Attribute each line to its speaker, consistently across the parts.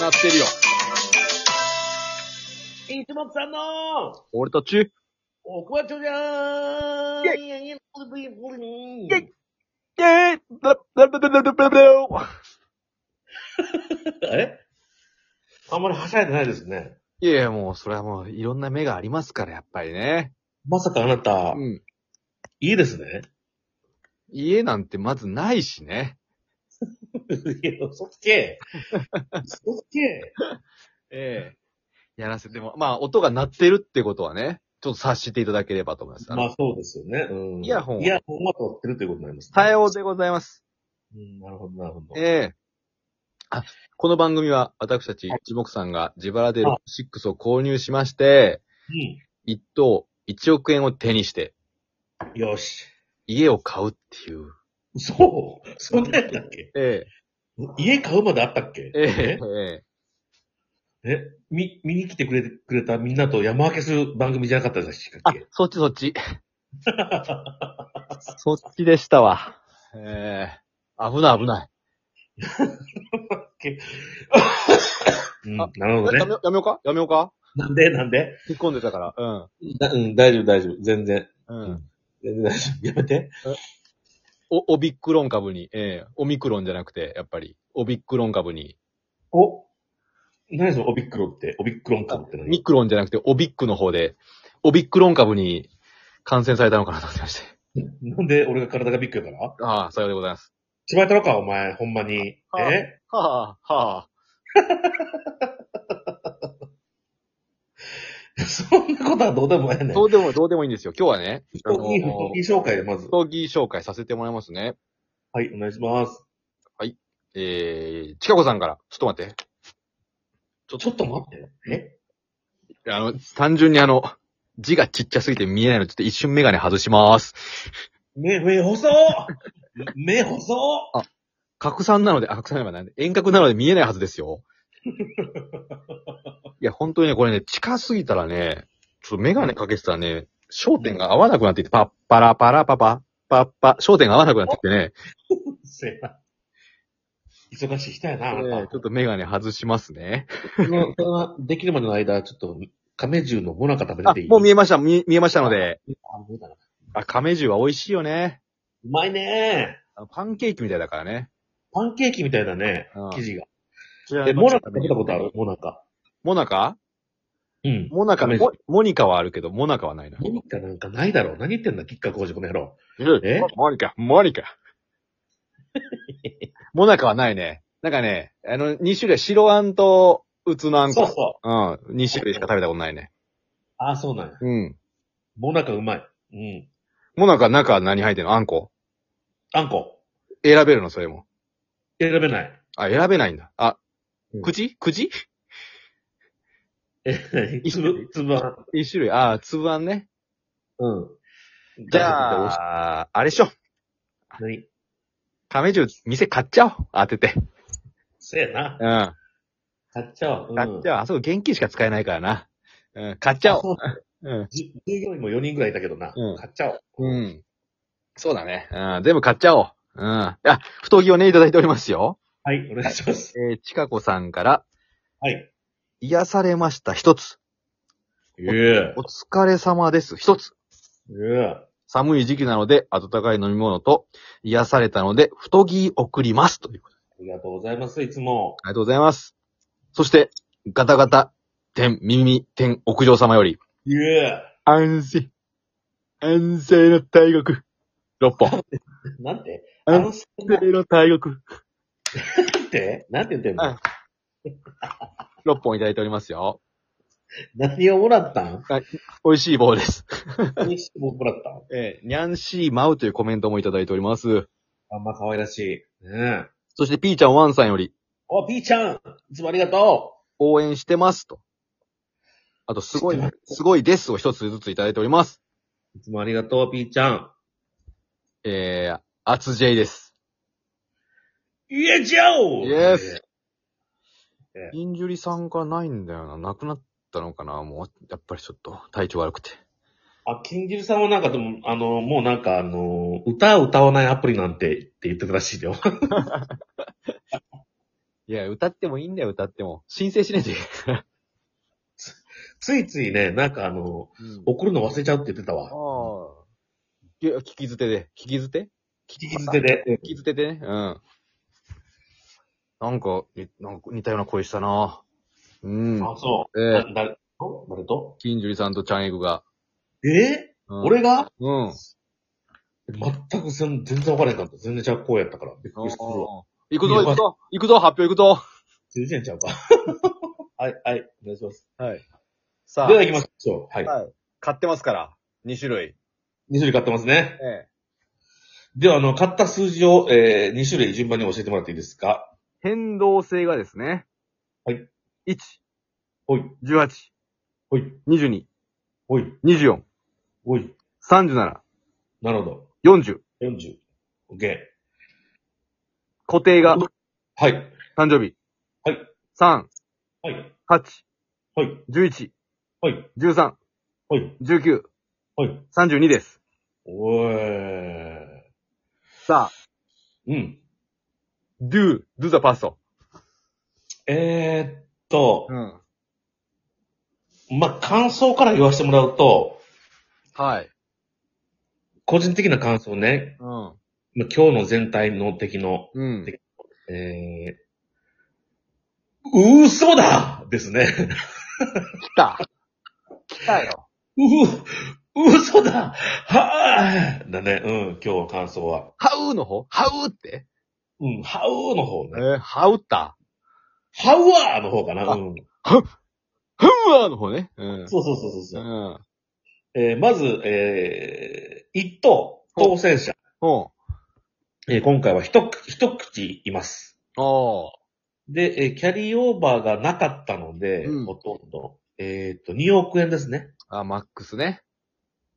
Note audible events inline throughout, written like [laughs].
Speaker 1: なってるよ。
Speaker 2: いつもさんの、
Speaker 1: 俺たち、
Speaker 2: おくわちょじゃーん。
Speaker 1: イェ
Speaker 2: いやいやブルブルブル
Speaker 1: イェイえぇ、だ、だ、だ、だ、だ、だ、だ、だ、
Speaker 2: あれあんまりはしゃいでないですね。
Speaker 1: いやいや、もう、それはもう、いろんな目がありますから、やっぱりね。
Speaker 2: まさかあなた、
Speaker 1: ん。
Speaker 2: いいですね。
Speaker 1: 家なんてまずないしね。
Speaker 2: [laughs] いや、嘘つ
Speaker 1: [laughs]
Speaker 2: け。嘘つけ。
Speaker 1: ええやらせても、まあ、音が鳴ってるってことはね、ちょっと察していただければと思います。あの
Speaker 2: まあそうですよね。うん。
Speaker 1: イヤホン
Speaker 2: イヤホンが取ってるということになります、
Speaker 1: 対
Speaker 2: い。
Speaker 1: 応でございます。
Speaker 2: うん、なるほど、なるほど。
Speaker 1: ええあ、この番組は、私たち、一目さんが自腹で
Speaker 2: は
Speaker 1: 6を購入しまして、
Speaker 2: う
Speaker 1: 一等1億円を手にして、
Speaker 2: ん。よし。
Speaker 1: 家を買うっていう。
Speaker 2: そうそんなんやったっけ
Speaker 1: え
Speaker 2: 家買うまであったっけ
Speaker 1: ええええ
Speaker 2: ええみ、見に来てくれて、くれたみんなと山分けする番組じゃなかったでした
Speaker 1: あ [laughs]
Speaker 2: っけ、
Speaker 1: そっちそっち。そっちでしたわ。ええ危ない危ない。
Speaker 2: うん
Speaker 1: あ
Speaker 2: なるほど
Speaker 1: や
Speaker 2: ね
Speaker 1: め。よやめようかやめようか
Speaker 2: なんでなんで
Speaker 1: 引っ込んでたから。
Speaker 2: うん、大丈夫、大丈夫。全然。
Speaker 1: うん。うん。
Speaker 2: 全然大丈夫。やめて。
Speaker 1: お、オビックロン株に、ええオミクロンじゃなくて、やっぱり、オビックロン株に、
Speaker 2: お何そのオビックロンって、オビックロン株って何
Speaker 1: ミクロンじゃなくて、オビックの方で、オビックロン株に感染されたのかなと思ってまして。
Speaker 2: なんで俺が体がビッグやから
Speaker 1: ああ、さようでございます。
Speaker 2: しまえたのか、お前、ほんまに。
Speaker 1: あ
Speaker 2: え
Speaker 1: はあ、はあ。
Speaker 2: そんなことはどうでもええねん。
Speaker 1: どうでも、どうでもいいんですよ。今日はね、あの
Speaker 2: いい、いい紹介で、まず。
Speaker 1: 競技紹介させてもらいますね。
Speaker 2: はい、お願いします。
Speaker 1: えー、ちかこさんから、ちょっと待って。
Speaker 2: ちょっと待って。え
Speaker 1: あの、単純にあの、字がちっちゃすぎて見えないので、ちょっと一瞬メガネ外します。
Speaker 2: 目、目細っ目細っ
Speaker 1: 拡散なので、あ、拡散なのではない、遠隔なので見えないはずです
Speaker 2: [laughs]
Speaker 1: よ。いや、本当にね、これね、近すぎたらね、ちょっとメガネかけてたらね、焦点が合わなくなってきて、パッパラパラパパ、パッパ、焦点が合わなくなってきてね、
Speaker 2: せやな。忙しい人やな、あ
Speaker 1: え
Speaker 2: な
Speaker 1: ー
Speaker 2: た
Speaker 1: ちょっとメガネ外しますね。
Speaker 2: この、このできるまでの間、ちょっと、亀十のも [laughs] なか食べて
Speaker 1: あ
Speaker 2: ていい、
Speaker 1: もう見
Speaker 2: え
Speaker 1: えました、見え見えましたので、
Speaker 2: うだな
Speaker 1: あ、亀十は美味しいよね。
Speaker 2: うまいね
Speaker 1: あのパンケーキみたいだからね。
Speaker 2: パンケーキみたいだね
Speaker 1: うん、
Speaker 2: 生地が。え、モナカ食べたことあるモナカ。
Speaker 1: モナカ
Speaker 2: うん。
Speaker 1: モナカ、
Speaker 2: 亀
Speaker 1: モモニカはあるけど、モナカはないな。
Speaker 2: モニカなんかないだろう。何言ってんだ、吉川浩司この野郎。え
Speaker 1: モニカ、モ [laughs] ニカ。モナカはないね。なんかね、あの、2種類、白あんと、うつのあん
Speaker 2: そう
Speaker 1: こ。
Speaker 2: そう。
Speaker 1: うん、2種類しか食べたことないね。
Speaker 2: あ、そうなんや。
Speaker 1: うん。
Speaker 2: モナカうまい。うん。
Speaker 1: モナカ、中何入ってんのあんこ。
Speaker 2: あんこ。
Speaker 1: 選べるの、それも。
Speaker 2: 選べない。 [laughs]
Speaker 1: あ、選べないんだ。あ
Speaker 2: う、ん
Speaker 1: 口口
Speaker 2: え、つぶ、つぶあん。
Speaker 1: 一種類。あー、粒あんね。
Speaker 2: うん。
Speaker 1: じゃあ、あれしょ。
Speaker 2: 何
Speaker 1: 亀十、店買っちゃおう。当てて。
Speaker 2: せやな。
Speaker 1: うん。
Speaker 2: 買っちゃおう。うん
Speaker 1: 買っちゃおう。あそこ現金しか使えないからな。うん、買っちゃおう。
Speaker 2: そう
Speaker 1: うん。
Speaker 2: じ従業員も4人ぐらいいたけどな。
Speaker 1: うん
Speaker 2: 買っちゃおう。
Speaker 1: うん。そうだね。うん。全部買っちゃおう。うん。あ、太着をね、いただいておりますよ。
Speaker 2: はい、お願いします。
Speaker 1: えー、ちかこさんから、
Speaker 2: はい。
Speaker 1: 癒されました、一つ。
Speaker 2: ええ
Speaker 1: お疲れ様です、一つ。
Speaker 2: ええ
Speaker 1: 寒い時期なので、温かい飲み物と、癒されたので、太着送ります。ということで。
Speaker 2: ありがとうございます、いつも。
Speaker 1: ありがとうございます。そして、ガタガタ、天、耳、天、屋上様より、
Speaker 2: いえ
Speaker 1: 安心、安静の大学。六 [laughs] 本。
Speaker 2: なんてあの
Speaker 1: 安
Speaker 2: せ
Speaker 1: 静の大学。
Speaker 2: なんてなんて言ってん
Speaker 1: うん
Speaker 2: の
Speaker 1: 六本いただいておりますよ。
Speaker 2: 何をもらったん
Speaker 1: 美味しい棒です。
Speaker 2: 何してももらったん
Speaker 1: えー、にゃんしーまうというコメントもいただいております。
Speaker 2: あんま可愛らしい。ねえ。
Speaker 1: そして、ピーちゃんワンさんより、
Speaker 2: お、ピーちゃんいつもありがと
Speaker 1: 応援してますと。あと、すごい、すごいですを一つずついただいております。
Speaker 2: ういつもありがとう、ピーちゃん。
Speaker 1: えー、あつ J です。
Speaker 2: イエジャオ
Speaker 1: イエス
Speaker 2: え
Speaker 1: インジュリさんからないんだよな。なくなったのかなもう、やっぱりちょっと、体調悪くて。
Speaker 2: あ、金汁さんはなんかでも、あの、もうなんかあの、歌歌わないアプリなんてって言ってたらしいよ。
Speaker 1: いや、歌ってもいいんだよ、歌っても。申請しねえで。
Speaker 2: [laughs] ついついね、なんかあの、送るの忘れちゃうって言ってたわ。
Speaker 1: ああ。いや、聞き捨てで。聞き捨て
Speaker 2: 聞き捨てで。
Speaker 1: 聞き捨てでね。うん。なんか、になんか似たような声したなうん。
Speaker 2: あ、そ
Speaker 1: え
Speaker 2: う。
Speaker 1: え
Speaker 2: な誰と誰と
Speaker 1: 金樹里さんとチャンエグが。
Speaker 2: え
Speaker 1: うん、
Speaker 2: 俺が
Speaker 1: うん。
Speaker 2: 全くそん全然わからへんかった。全然ちゃう声やったから。びっくりするわ。
Speaker 1: 行くぞ、行くぞ行くぞ発表行くぞ
Speaker 2: 全然ちゃうか。 [laughs] はい、はい、お願いします。
Speaker 1: はい。さあ。
Speaker 2: では行きましょう。はい。
Speaker 1: はい。買ってますから。2種類。
Speaker 2: 2種類買ってますね。
Speaker 1: ええ。
Speaker 2: では、あの、買った数字を、えー、2種類順番に教えてもらっていいですか
Speaker 1: 変動性がですね。
Speaker 2: はい。
Speaker 1: 1、
Speaker 2: ほい、
Speaker 1: 18、
Speaker 2: ほい、
Speaker 1: 22、
Speaker 2: ほい、
Speaker 1: 24、
Speaker 2: ほい。
Speaker 1: 37、
Speaker 2: なるほど。
Speaker 1: 40。
Speaker 2: 40。OK。
Speaker 1: 固定が
Speaker 2: はい。
Speaker 1: 誕生日。
Speaker 2: はい。
Speaker 1: 3、
Speaker 2: はい。
Speaker 1: 8、
Speaker 2: はい。
Speaker 1: 11、
Speaker 2: はい。
Speaker 1: 13、
Speaker 2: はい。
Speaker 1: 19、
Speaker 2: はい。
Speaker 1: 32です。
Speaker 2: おー。
Speaker 1: さあ、
Speaker 2: うん。
Speaker 1: do, do the past.
Speaker 2: えー、っと、
Speaker 1: ん。
Speaker 2: まあ、感想から言わせてもらうと、
Speaker 1: はい。
Speaker 2: 個人的な感想ね。
Speaker 1: うん。
Speaker 2: まあ、今日の全体の敵の、
Speaker 1: うん。
Speaker 2: えー、嘘だですね。 [laughs]
Speaker 1: 来た。来たよ。
Speaker 2: う、嘘だはぁだね。うん、今日は感想は。
Speaker 1: ハウの方ハウって
Speaker 2: うん、はうの方
Speaker 1: え
Speaker 2: ね。
Speaker 1: ー、ハウった。
Speaker 2: はうわーの方かな。
Speaker 1: あ
Speaker 2: うん。
Speaker 1: ハウワーの方ね。うん。
Speaker 2: そうそうそうそうそうう。
Speaker 1: ん。
Speaker 2: えーまず、えー、一等、当選者。
Speaker 1: ほ
Speaker 2: えー今回は一口、一口います。
Speaker 1: う。お
Speaker 2: で、えーキャリーオーバーがなかったので、
Speaker 1: うん
Speaker 2: ほとんど、えっ、と、2億円ですね。
Speaker 1: あ、マックスね。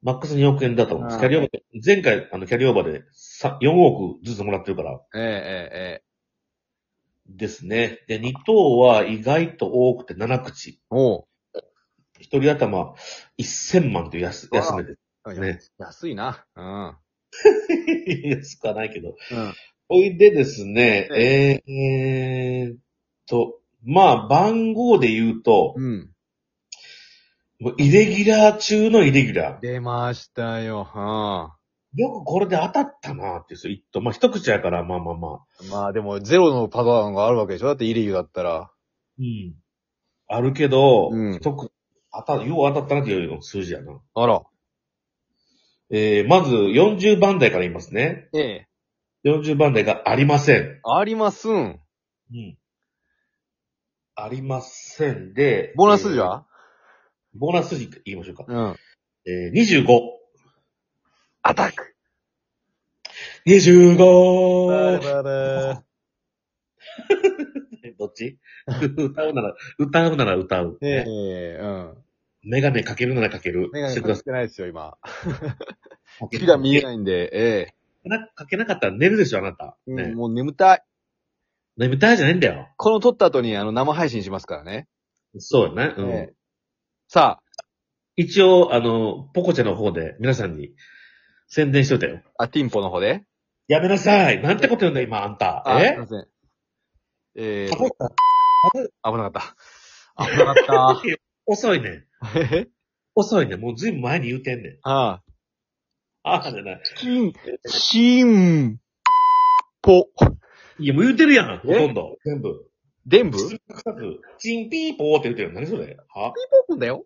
Speaker 2: マックス2億円だと思います。
Speaker 1: うん
Speaker 2: キャリーオーバー、前回、あの、キャリーオーバーでさ4億ずつもらってるから、
Speaker 1: ええええええ
Speaker 2: ですね。で、2等は意外と多くて7口。
Speaker 1: おう
Speaker 2: 一人頭1000万という安、安めで
Speaker 1: あ
Speaker 2: ね。
Speaker 1: 安いな。うん。うん。
Speaker 2: す。安くはないけど。ほいでですね、えー、えーっと、まあ、番号で言うと、
Speaker 1: うん。
Speaker 2: もうイレギュラー中のイレギュラー。
Speaker 1: 出ましたよ。う
Speaker 2: よくこれで当たったなっていう人、一等まあ、一口やから、まあまあまあ。
Speaker 1: ん。まあでも、ゼロのパターンがあるわけでしょだってイリューだったら。
Speaker 2: うん。あるけど、
Speaker 1: うん
Speaker 2: 一口、当た、よう当たったなっていう数字やな。
Speaker 1: あら。
Speaker 2: えー、まず40番台から言いますね。
Speaker 1: ええ。
Speaker 2: 40番台がありません。
Speaker 1: ありますん。
Speaker 2: うん。ありませんで、
Speaker 1: ボーナス数字は、
Speaker 2: えーボーナス数字言いましょうか。
Speaker 1: うん。
Speaker 2: えー、25。
Speaker 1: アタック
Speaker 2: 25! どっち歌うなら、歌うなら歌う。
Speaker 1: ええ、うん。
Speaker 2: メガネかけるならかける。
Speaker 1: 目が
Speaker 2: して
Speaker 1: ね、
Speaker 2: く
Speaker 1: か
Speaker 2: ださ
Speaker 1: けないですよ、今。
Speaker 2: い。
Speaker 1: 月が見えないんで、え
Speaker 2: なかけなかったら寝るでしょ、あなた。
Speaker 1: え。うん
Speaker 2: ね。
Speaker 1: もう眠たい。
Speaker 2: 眠たいじゃないんだよ。
Speaker 1: この撮った後に、あの、生配信しますからね。
Speaker 2: そうだね。う
Speaker 1: え
Speaker 2: ん。
Speaker 1: えさ
Speaker 2: 一応、あの、ポコチャの方で皆さんに宣伝しといたよ。
Speaker 1: あ、あ、ティンポの方で。
Speaker 2: やめなさいなんてこと言うんだよ、今、あんた。
Speaker 1: あ、すい
Speaker 2: え
Speaker 1: ません。ええ
Speaker 2: かこいた
Speaker 1: 危なかった。危なかっ
Speaker 2: 遅いねん。
Speaker 1: た。ええ
Speaker 2: 遅いねん。もうずいぶん前に言うてんねん。
Speaker 1: ああ。
Speaker 2: ああ、じゃない。
Speaker 1: キン、シン、ポ、
Speaker 2: いや、もう言うてるやん、ほ
Speaker 1: え
Speaker 2: とんど。全部。
Speaker 1: デンブ
Speaker 2: すチンピーポーって言うてるよ。何それは
Speaker 1: だよ。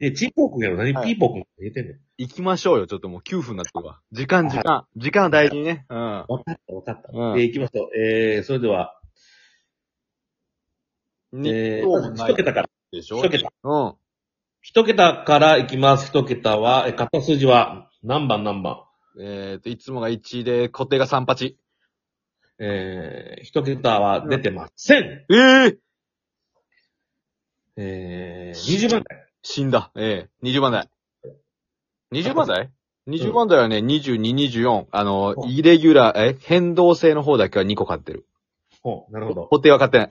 Speaker 2: え、チンポーくんやろ何
Speaker 1: はい
Speaker 2: ピーポーくんって言うてんねん。
Speaker 1: 行きましょうよ、ちょっともう9分になってるわ。時間、時間。時間は大事にね。うん。
Speaker 2: わかった、わかった。
Speaker 1: うん
Speaker 2: えー行きましょう。えー、それでは、え
Speaker 1: 日
Speaker 2: ー、
Speaker 1: 本
Speaker 2: まず一桁から、
Speaker 1: でしょ
Speaker 2: 一桁。
Speaker 1: うん。
Speaker 2: 一桁から行きます。一桁は、えー、買った数字は、何番何番
Speaker 1: えっ、と、いつもが1で、固定が3、8。
Speaker 2: えー、一桁は出てません。
Speaker 1: ええ
Speaker 2: えー、20番台。
Speaker 1: 死んだ。ええ20番台。20番台 ?20 番台はね、22、24。あの、
Speaker 2: うん
Speaker 1: イレギュラー、え、変動性の方だけは2個買ってる。
Speaker 2: ほう、なるほど。
Speaker 1: 固定は買ってない。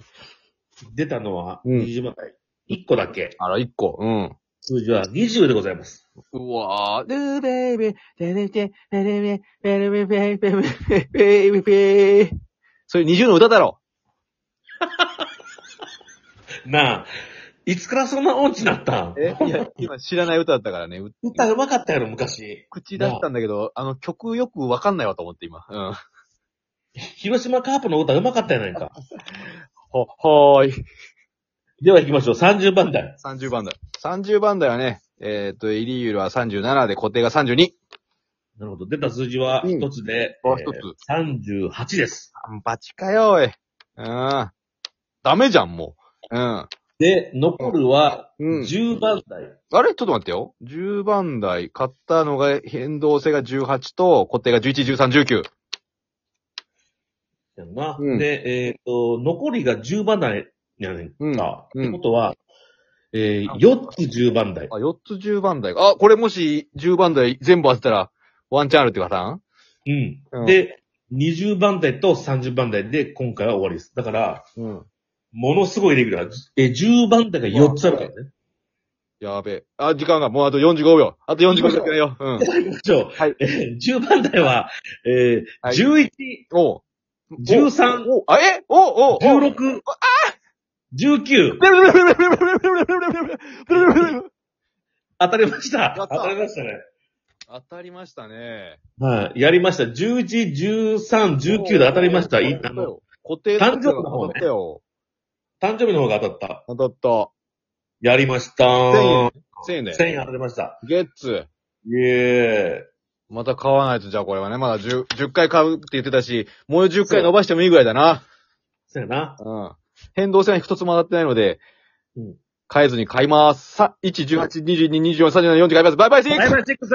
Speaker 2: 出たのは、
Speaker 1: うん
Speaker 2: 20番台。一個だけ。
Speaker 1: あら、1個。うん。
Speaker 2: 数字は20でございます。
Speaker 1: うわぁ。ルーベイベー、ベレベ、ベレベ、ベレベ、ベレベ、ベレベ、ベレベ、それ二重の歌だろ
Speaker 2: なあ、いつからそんな音痴になったん
Speaker 1: えい [laughs] や、今知らない歌だったからね、う
Speaker 2: 歌うまかったやろ、昔。
Speaker 1: 口出したんだけど、あの曲よくわかんないわと思って今。うん。
Speaker 2: 広島カープの歌うまかったやないか。
Speaker 1: ほ、ほーい。
Speaker 2: では行きましょう。30番台。
Speaker 1: 30番台。30番台はね、えっ、と、イリユルは37で固定が32。
Speaker 2: なるほど。出た数字は
Speaker 1: うん
Speaker 2: 一つで、
Speaker 1: あ
Speaker 2: え
Speaker 1: 一
Speaker 2: ー38です。
Speaker 1: ンパチかよ、おい。うん。ダメじゃん、もう。うん。
Speaker 2: で、残るは
Speaker 1: うん
Speaker 2: 10番台。
Speaker 1: あれちょっと待ってよ。10番台、買ったのが変動性が18と、固定が11、13、19。
Speaker 2: やんな。
Speaker 1: うん
Speaker 2: で、えっ、と、残りが10番台やねんか。
Speaker 1: うんうん
Speaker 2: ってことは、えー、4つ10番台。
Speaker 1: あ、4つ10番台。あ、これもし10番台全部当てたら、ワンチャンあるってパターン
Speaker 2: うん。
Speaker 1: うん
Speaker 2: で、20番台と30番台で今回は終わりです。だから、
Speaker 1: うん。
Speaker 2: ものすごいレギュラー。えー、10番台が4つあるからね。
Speaker 1: やべえ。あ、時間がもうあと45秒。あと45秒しかないよ。うん。
Speaker 2: じゃあ、
Speaker 1: はい
Speaker 2: えー10番台は、えー、
Speaker 1: はい
Speaker 2: 11、
Speaker 1: おう。
Speaker 2: 13
Speaker 1: おうあ、えおうおうおう
Speaker 2: 16、19、当たりました。
Speaker 1: や
Speaker 2: 当
Speaker 1: った
Speaker 2: たりましたね。
Speaker 1: 当たりましたね。
Speaker 2: はい、やりました。11、13、19で当たりました。いあの、
Speaker 1: 固定
Speaker 2: 誕生日の方
Speaker 1: 当
Speaker 2: ね
Speaker 1: たったよ。
Speaker 2: 誕生日の方が当たった。
Speaker 1: 当たった。
Speaker 2: やりました。
Speaker 1: 1000
Speaker 2: 1000
Speaker 1: 1000円だよ。
Speaker 2: 円当たりました。
Speaker 1: ゲッツ。
Speaker 2: イエ
Speaker 1: また買わないと、じゃあこれはね、まだ10、10回買うって言ってたし、もう10回伸ばしてもいいぐらいだな。
Speaker 2: ーイ。そうやな。
Speaker 1: うん。変動性が一つも当たってないので、
Speaker 2: うん
Speaker 1: 変えずに買います。さ、1、18、22、24、34、40買います。バイバイ、シックス
Speaker 2: バイバイチェックス